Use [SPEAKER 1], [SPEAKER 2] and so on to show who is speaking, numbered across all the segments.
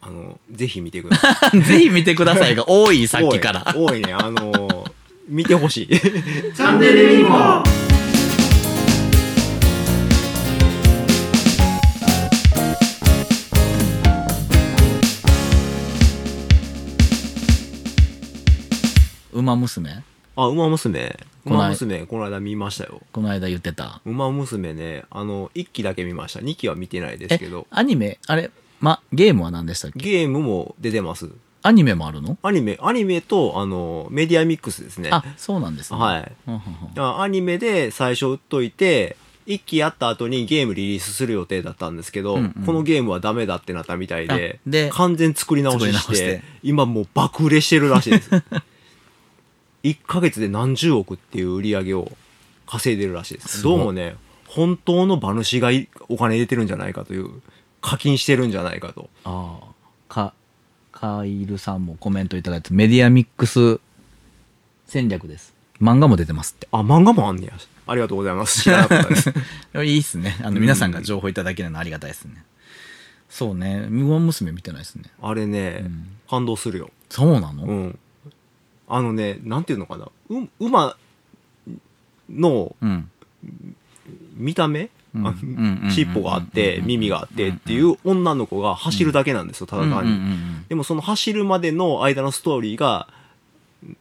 [SPEAKER 1] あのぜひ見てください
[SPEAKER 2] ぜひ見てくださいが 多 い、さっきから。
[SPEAKER 1] 多い多いねあの見てほ しい
[SPEAKER 3] チャンネルインフォ
[SPEAKER 2] 馬娘
[SPEAKER 1] あ馬娘
[SPEAKER 2] こない
[SPEAKER 1] 馬娘この間見ましたよ
[SPEAKER 2] この間言ってた。
[SPEAKER 1] 馬娘ねあの1期だけ見ました2期は見てないです
[SPEAKER 2] え
[SPEAKER 1] けど、
[SPEAKER 2] アニメあれま、ゲームは何でしたっけ
[SPEAKER 1] ゲームも出てます
[SPEAKER 2] アニメもあるの
[SPEAKER 1] アニメアニメとあのメディアミックスですね
[SPEAKER 2] あ、そうなんですね。い。
[SPEAKER 1] はいだからアニメで最初打っといて、一期やった後にゲームリリースする予定だったんですけど、
[SPEAKER 2] うんうん
[SPEAKER 1] このゲームはダメだってなったみたいで、
[SPEAKER 2] あで
[SPEAKER 1] 完全作り直しして
[SPEAKER 2] 作り直して
[SPEAKER 1] 今もう爆売れしてるらしいです。1ヶ月で何十億っていう売り上げを稼いでるらしいです。
[SPEAKER 2] すご
[SPEAKER 1] ど
[SPEAKER 2] いう
[SPEAKER 1] もね、本当の馬主がいお金入れてるんじゃないかという、課金してるんじゃないかと。
[SPEAKER 2] ああ。か、カイルさんもコメントいただいて、メディアミックス戦略です。漫画も出てますって。
[SPEAKER 1] あ、漫画もあんねや。ありがとうございます。知らなかった です。
[SPEAKER 2] いいっすね。あの、皆さんが情報いただけるのありがたいですね。そうね。無言娘見てないですね。
[SPEAKER 1] あれね、
[SPEAKER 2] うん
[SPEAKER 1] 感動するよ。
[SPEAKER 2] そうなの、
[SPEAKER 1] うん、あのねなんていうのかなう馬の
[SPEAKER 2] うん、
[SPEAKER 1] 見た目、
[SPEAKER 2] うん
[SPEAKER 1] あ
[SPEAKER 2] うんうんうん
[SPEAKER 1] 尻尾があって
[SPEAKER 2] うん
[SPEAKER 1] 耳があってっていう女の子が走るだけなんですよただ単に、
[SPEAKER 2] うんうんうん
[SPEAKER 1] でもその走るまでの間のストーリーが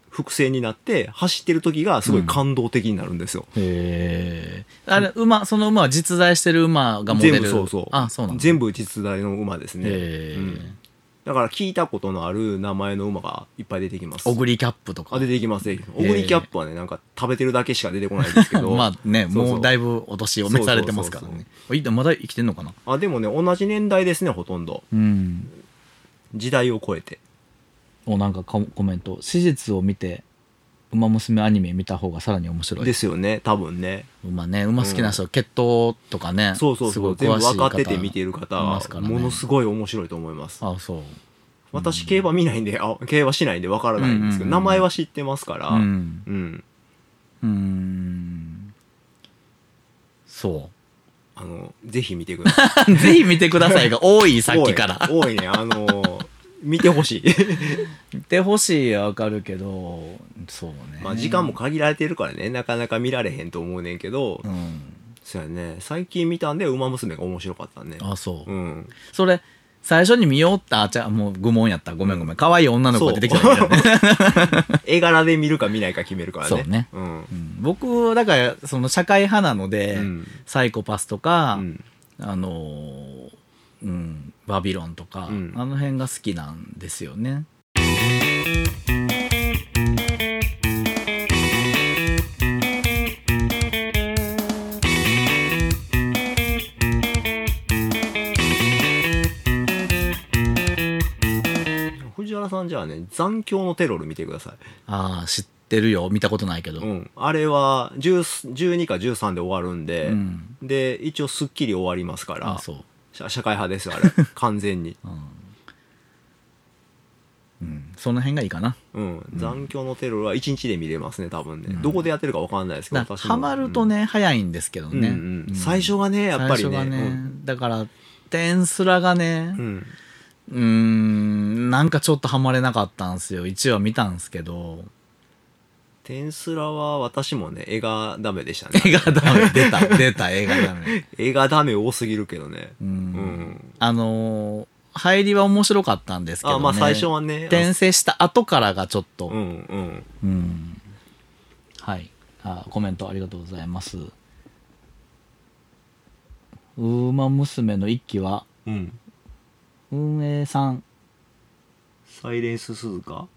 [SPEAKER 1] 複製になって走ってる時がすごい感動的になるんですよ、
[SPEAKER 2] へえ。あれ、馬、その馬は実在してる馬がモデル。
[SPEAKER 1] 全部そうそう
[SPEAKER 2] あ、そうなんだ。
[SPEAKER 1] 全部実在の馬ですね、
[SPEAKER 2] へえ、
[SPEAKER 1] うんだから聞いたことのある名前の馬がいっぱい出てきます
[SPEAKER 2] オグリキャップとか。
[SPEAKER 1] あ出てきますねオグリキャップはねなんか食べてるだけしか出てこないですけど
[SPEAKER 2] まあね、
[SPEAKER 1] そうそう
[SPEAKER 2] もうだいぶお年を召されてますから
[SPEAKER 1] そうそう
[SPEAKER 2] ね。いいまだ生きてんのかな
[SPEAKER 1] あでもね同じ年代ですねほとんど
[SPEAKER 2] うん。
[SPEAKER 1] 時代を超えて
[SPEAKER 2] お、なんかココメント。史実を見て、馬娘アニメ見た方がさらに面白い。
[SPEAKER 1] ですよね多分ね
[SPEAKER 2] 馬ね、馬好きな人、血統とかね。
[SPEAKER 1] そうそう
[SPEAKER 2] す
[SPEAKER 1] そ
[SPEAKER 2] ごいう詳しい
[SPEAKER 1] 全部
[SPEAKER 2] 方
[SPEAKER 1] 分かってて見てる方
[SPEAKER 2] いま
[SPEAKER 1] は
[SPEAKER 2] すからね
[SPEAKER 1] ものすごい面白いと思います
[SPEAKER 2] あ、そう。
[SPEAKER 1] 私競馬見ないんであ競馬しないんで分からないんですけ
[SPEAKER 2] うんうんう
[SPEAKER 1] ど名
[SPEAKER 2] ん
[SPEAKER 1] 前は知ってますから
[SPEAKER 2] う
[SPEAKER 1] うん
[SPEAKER 2] ん。うーん。そ。
[SPEAKER 1] あのぜひ見てくださいう
[SPEAKER 2] ぜひ見てくだ さいが多い、 さっきから。
[SPEAKER 1] 多い多いねあの見てほし い
[SPEAKER 2] 見てほしいはわかるけど、そうね。
[SPEAKER 1] まあ時間も。限られてるからねなかなか見られへんと思うねんけど
[SPEAKER 2] うん。
[SPEAKER 1] そうやね最近見たんで「ウマ娘」が面白かったね
[SPEAKER 2] あ、そう。
[SPEAKER 1] うん
[SPEAKER 2] それ、最初に見ようった、あ、じゃあもう愚問やった。ごめんごめん。可愛い女の子が出てきたみたいなね。
[SPEAKER 1] 絵柄で見るか見ないか決めるからね
[SPEAKER 2] そうね
[SPEAKER 1] うん
[SPEAKER 2] うん僕、だから、その社会派なので、
[SPEAKER 1] うん
[SPEAKER 2] サイコパスとか、
[SPEAKER 1] うん
[SPEAKER 2] あのーうん、バビロンとか、
[SPEAKER 1] うん
[SPEAKER 2] あの辺が好きなんですよね。
[SPEAKER 1] 藤原さんじゃあね「残響のテロル」見てくださ
[SPEAKER 2] ああ、知ってるよ。見たことないけど。
[SPEAKER 1] い、うん、あれは10 12か13で終わるんで、
[SPEAKER 2] うん
[SPEAKER 1] で一応すっきり終わりますか
[SPEAKER 2] あ
[SPEAKER 1] ら
[SPEAKER 2] そう。
[SPEAKER 1] 社社会派です あれ完全に、
[SPEAKER 2] うん。その辺がいいかな。
[SPEAKER 1] うん、残響のテロルは1日で見れますね多分ね、どこでやってるか分かんないですけど
[SPEAKER 2] だからハマると、ね、早いんですけど
[SPEAKER 1] 私もうん
[SPEAKER 2] ね。
[SPEAKER 1] うんうん
[SPEAKER 2] うん
[SPEAKER 1] 最初がねやっぱりね
[SPEAKER 2] 最初が
[SPEAKER 1] う
[SPEAKER 2] ね
[SPEAKER 1] ん
[SPEAKER 2] だから、テンスラがね、
[SPEAKER 1] うん
[SPEAKER 2] うーん、なんかちょっとハマれなかったんすよ。1話見たんすけど、
[SPEAKER 1] テンスラは私もね絵がダメでしたね
[SPEAKER 2] 映画ダメ、出た、出た、映画ダメ。
[SPEAKER 1] 絵がダメ多すぎるけどね
[SPEAKER 2] う
[SPEAKER 1] うん
[SPEAKER 2] ん。あのー入りは面白かったんですけど、
[SPEAKER 1] あ
[SPEAKER 2] ね。
[SPEAKER 1] まあ最初はね
[SPEAKER 2] 転生した後からがちょっと、
[SPEAKER 1] うんうん
[SPEAKER 2] うんはいあコメントありがとうございますウーマ娘の一期は
[SPEAKER 1] うん
[SPEAKER 2] 運営さん
[SPEAKER 1] サイレンス鈴鹿好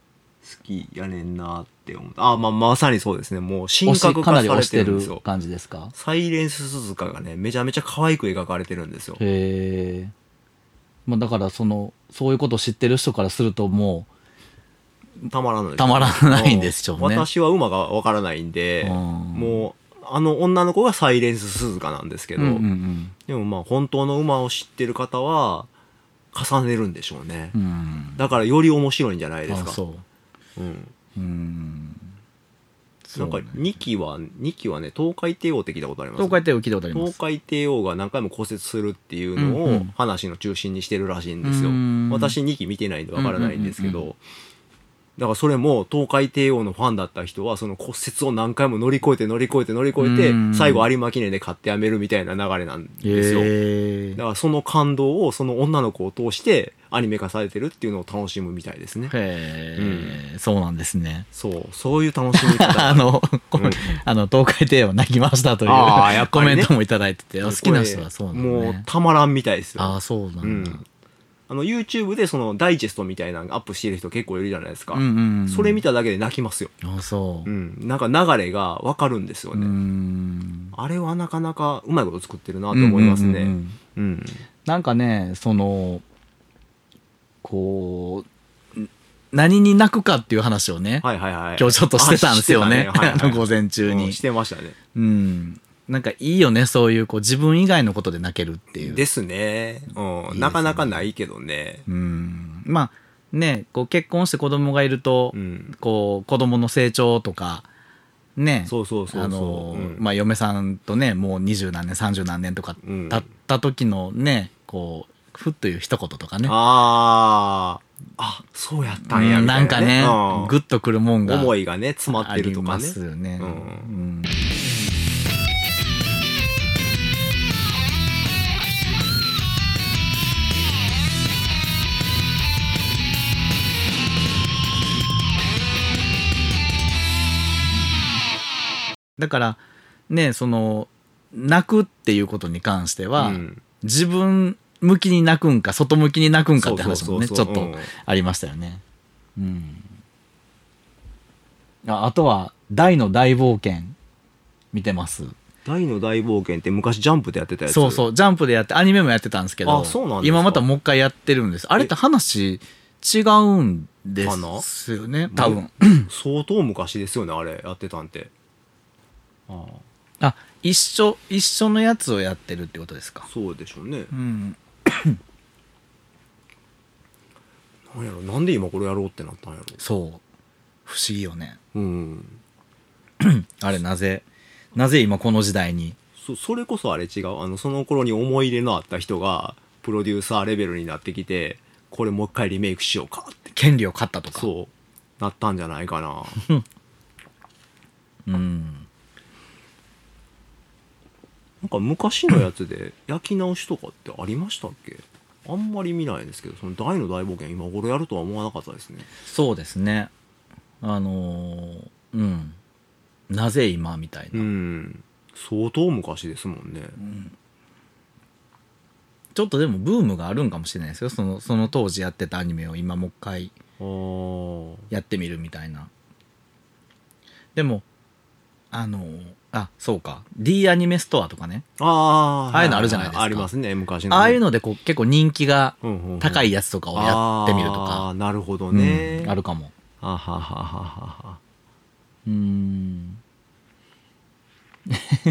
[SPEAKER 1] きやねんなって思った。あ、まあ、まさにそうですね。もう、神
[SPEAKER 2] 推し
[SPEAKER 1] 格
[SPEAKER 2] かな
[SPEAKER 1] 化
[SPEAKER 2] り
[SPEAKER 1] さ
[SPEAKER 2] 推
[SPEAKER 1] れ
[SPEAKER 2] してて
[SPEAKER 1] るん
[SPEAKER 2] る
[SPEAKER 1] ですよ。
[SPEAKER 2] 感じですか
[SPEAKER 1] サイレンス鈴鹿がね、めちゃめちゃ可愛く描かれてるんですよ。
[SPEAKER 2] へえ、まあ、だからそのそういうことを知ってる人からするとも
[SPEAKER 1] たまらない。
[SPEAKER 2] うたまらないんですよね
[SPEAKER 1] 私は馬がわからないんで、
[SPEAKER 2] うん
[SPEAKER 1] もう、あの女の子がサイレンス鈴鹿なんですけど、
[SPEAKER 2] うんうん
[SPEAKER 1] でもまあ、本当の馬を知ってる方は、重ねるんでしょうね。
[SPEAKER 2] うんうん
[SPEAKER 1] だから、より面白いんじゃないです
[SPEAKER 2] あ
[SPEAKER 1] か。
[SPEAKER 2] そう
[SPEAKER 1] うん。
[SPEAKER 2] うん
[SPEAKER 1] なんか
[SPEAKER 2] そうね
[SPEAKER 1] 2期は、2期はね、東海帝王って聞いたことあります
[SPEAKER 2] 東海帝王聞いたことありま
[SPEAKER 1] 東
[SPEAKER 2] す。
[SPEAKER 1] 海帝王が何回も骨折するっていうの
[SPEAKER 2] うんう
[SPEAKER 1] を
[SPEAKER 2] ん
[SPEAKER 1] 話の中心にしてるらしいんですよ
[SPEAKER 2] う。ん
[SPEAKER 1] 私2期見てないんでわからないんですけ
[SPEAKER 2] うんうん
[SPEAKER 1] ど、だからそれも東海帝王のファンだった人はその骨折を何回も乗り越えて乗り越えて乗り越えて
[SPEAKER 2] うん
[SPEAKER 1] 最後有馬記念で買ってやめるみたいな流れなんですよ。
[SPEAKER 2] え
[SPEAKER 1] だからその感動をその女の子を通してアニメ化されてるっていうのを楽しむみたいですね。
[SPEAKER 2] へえ、そうなんですね。
[SPEAKER 1] そう、そういう楽しみ方。
[SPEAKER 2] あの、
[SPEAKER 1] う
[SPEAKER 2] この
[SPEAKER 1] ん
[SPEAKER 2] あの、東海帝王泣きましたとい
[SPEAKER 1] あーや
[SPEAKER 2] う
[SPEAKER 1] っ
[SPEAKER 2] コ
[SPEAKER 1] ぱりね
[SPEAKER 2] メントもいただいてて、あ好きな人はそうなんだ
[SPEAKER 1] もう
[SPEAKER 2] ね。
[SPEAKER 1] たまらんみたいですよ。
[SPEAKER 2] ああ、そうな
[SPEAKER 1] うん
[SPEAKER 2] だ。
[SPEAKER 1] ん、あの YouTube でそのダイジェストみたいなのアップしてる人結構いるじゃないですか、
[SPEAKER 2] うんうんうん
[SPEAKER 1] それ見ただけで泣きますよ、
[SPEAKER 2] ああ、そうう。
[SPEAKER 1] ん、なんか流れが分かるんですよ
[SPEAKER 2] う
[SPEAKER 1] ね、
[SPEAKER 2] ん。
[SPEAKER 1] あれはなかなかうまいこと作ってるなと思いますねう
[SPEAKER 2] うんうんうんうんんなんかね、その、こう、何に泣くかっていう話をね、
[SPEAKER 1] はいはいはい
[SPEAKER 2] 今日ちょっとしてたんですよね。
[SPEAKER 1] あしてたはいはい
[SPEAKER 2] あの午前中
[SPEAKER 1] うん
[SPEAKER 2] に
[SPEAKER 1] し。てましたね
[SPEAKER 2] うん。なんかいいよね、そういう、こう、自分以外のことで泣けるっていう。
[SPEAKER 1] ですね,、うん、
[SPEAKER 2] すね
[SPEAKER 1] なかなかないけどね
[SPEAKER 2] うん。まあ、ね、こう、結婚して子供がいると、
[SPEAKER 1] うん
[SPEAKER 2] こう、子供の成長とか、ね、
[SPEAKER 1] そうそうそうそう
[SPEAKER 2] あの、
[SPEAKER 1] うん
[SPEAKER 2] まあ、嫁さんとね、もう二十何年、三十何年とか
[SPEAKER 1] うん
[SPEAKER 2] 経った時のね、こう、ふっという一言とかね。
[SPEAKER 1] あーあそうやったんや
[SPEAKER 2] うん
[SPEAKER 1] みた
[SPEAKER 2] ないんか
[SPEAKER 1] な、
[SPEAKER 2] ね、
[SPEAKER 1] うん
[SPEAKER 2] グッとくるもんが
[SPEAKER 1] 思いがね詰まっ
[SPEAKER 2] あ
[SPEAKER 1] てる
[SPEAKER 2] り
[SPEAKER 1] とか
[SPEAKER 2] ま
[SPEAKER 1] ね
[SPEAKER 2] すよね。
[SPEAKER 1] うん
[SPEAKER 2] うんだからねその泣くっていうことに関しては、
[SPEAKER 1] うん
[SPEAKER 2] 自分向きに泣くんか外向きに泣くんかって話もね
[SPEAKER 1] そ
[SPEAKER 2] ち
[SPEAKER 1] う
[SPEAKER 2] ょ
[SPEAKER 1] そう
[SPEAKER 2] っ
[SPEAKER 1] そうそううん
[SPEAKER 2] とありましたよね。うん、ああとは「大の大冒険」見てます
[SPEAKER 1] 大の大冒険って昔ジャンプでやってたやつ
[SPEAKER 2] そうそうジャンプでやってアニメもやってたんですけど
[SPEAKER 1] あそうなんですか
[SPEAKER 2] 今またもう一回やってるんですあれって話違うんですよね多分
[SPEAKER 1] 相当昔ですよねあれやってたんて
[SPEAKER 2] あ一緒一緒のやつをやってるってことですか
[SPEAKER 1] そうでしょうね
[SPEAKER 2] うん
[SPEAKER 1] なんやろなんで今これやろうってなったんやろ
[SPEAKER 2] そう不思議よね
[SPEAKER 1] うん
[SPEAKER 2] あれなぜなぜ今この時代に
[SPEAKER 1] そそれこそあれ違うあのその頃に思い入れのあった人がプロデューサーレベルになってきてこれもう一回リメイクしようかって
[SPEAKER 2] 権利を買ったとか
[SPEAKER 1] そうなったんじゃないかな
[SPEAKER 2] うん
[SPEAKER 1] なんか昔のやつで焼き直しとかってありましたっけあんまり見ないんですけどその大の大冒険今頃やるとは思わなかったですね
[SPEAKER 2] そうですねあのーうんなぜ今みたいうな、
[SPEAKER 1] ん相当昔ですもんね
[SPEAKER 2] ちょっとでもブームがあるんかもしれないですよそのその当時やってたアニメを今もう一回
[SPEAKER 1] あー
[SPEAKER 2] やってみるみたいなでもあのーあそうか D アニメストアとかね
[SPEAKER 1] あー
[SPEAKER 2] ああいうのあるじゃないですか
[SPEAKER 1] ありますね昔のね、
[SPEAKER 2] ああいうのでこう結構人気が
[SPEAKER 1] の
[SPEAKER 2] 高
[SPEAKER 1] い
[SPEAKER 2] いやつとかをやってみると
[SPEAKER 1] あー
[SPEAKER 2] か、
[SPEAKER 1] なるほど
[SPEAKER 2] うん
[SPEAKER 1] ね、
[SPEAKER 2] あるかも
[SPEAKER 1] あははははは
[SPEAKER 2] うーん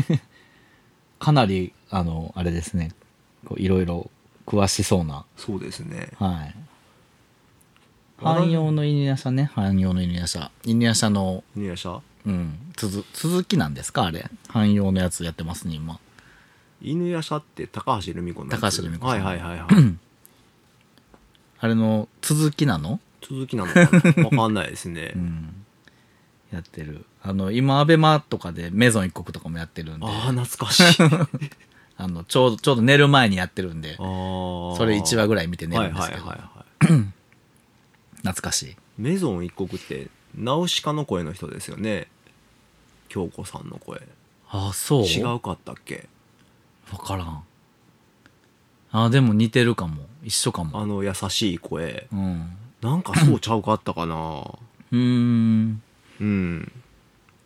[SPEAKER 2] かなりあのあれですねこういろいろ詳しそうな
[SPEAKER 1] そうですね
[SPEAKER 2] はい汎用の犬屋さんね汎用の犬屋さん犬屋さんの
[SPEAKER 1] 入社者
[SPEAKER 2] うん続続きなんですかあれ汎用のやつやってますね今
[SPEAKER 1] 犬や社って高橋留美子のやつ
[SPEAKER 2] 高橋留美子
[SPEAKER 1] は
[SPEAKER 2] さ
[SPEAKER 1] い
[SPEAKER 2] ん
[SPEAKER 1] はいはいはい
[SPEAKER 2] あれの続きなの
[SPEAKER 1] 続きなのかなわかんないですね、
[SPEAKER 2] うんやってるあの今アベマとかでメゾン一国とかもやってるんで
[SPEAKER 1] あ
[SPEAKER 2] あ
[SPEAKER 1] あ懐かしいあ
[SPEAKER 2] のちょうどちょうど寝る前にやってるんで
[SPEAKER 1] ー
[SPEAKER 2] それ1話ぐらい見て寝
[SPEAKER 1] は
[SPEAKER 2] る
[SPEAKER 1] い
[SPEAKER 2] んで
[SPEAKER 1] は
[SPEAKER 2] す
[SPEAKER 1] い
[SPEAKER 2] け
[SPEAKER 1] はい
[SPEAKER 2] ど、
[SPEAKER 1] はい
[SPEAKER 2] 懐かしい
[SPEAKER 1] メゾン一国ってナウシカの声の人ですよね京子さんの声
[SPEAKER 2] あそう
[SPEAKER 1] 違うかったっけ
[SPEAKER 2] 分からんあでも似てるかも一緒かも
[SPEAKER 1] あの優しい声
[SPEAKER 2] うん
[SPEAKER 1] なんかそうちゃうかったかな
[SPEAKER 2] うーん
[SPEAKER 1] うん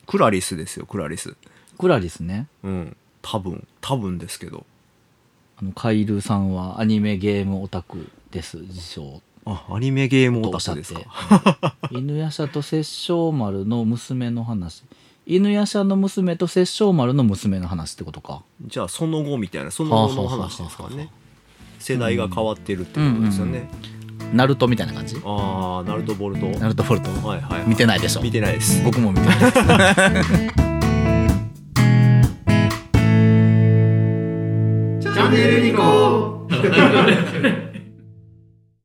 [SPEAKER 1] クラリスですよクラリス
[SPEAKER 2] クラリスね
[SPEAKER 1] うん多分多分ですけど
[SPEAKER 2] あのカイルさんはアニメゲームオタクです自称
[SPEAKER 1] あアニメゲーム
[SPEAKER 2] と
[SPEAKER 1] オ
[SPEAKER 2] お
[SPEAKER 1] タ
[SPEAKER 2] っしゃっ
[SPEAKER 1] ク
[SPEAKER 2] て
[SPEAKER 1] ですか
[SPEAKER 2] 犬夜叉と殺生丸の娘の話犬夜叉の娘と殺生丸の娘の話ってことか
[SPEAKER 1] じゃあその後みたいなその後の話ですか
[SPEAKER 2] はあはあはあは
[SPEAKER 1] ね世代が変わってるってことですよね
[SPEAKER 2] ナルトみたいな感じ
[SPEAKER 1] ああナルトボルト
[SPEAKER 2] ナルトボルト
[SPEAKER 1] はいはい、はい、
[SPEAKER 2] 見てないでしょ
[SPEAKER 1] 見てないです
[SPEAKER 2] 僕も見てないです
[SPEAKER 3] チャンネルに行こう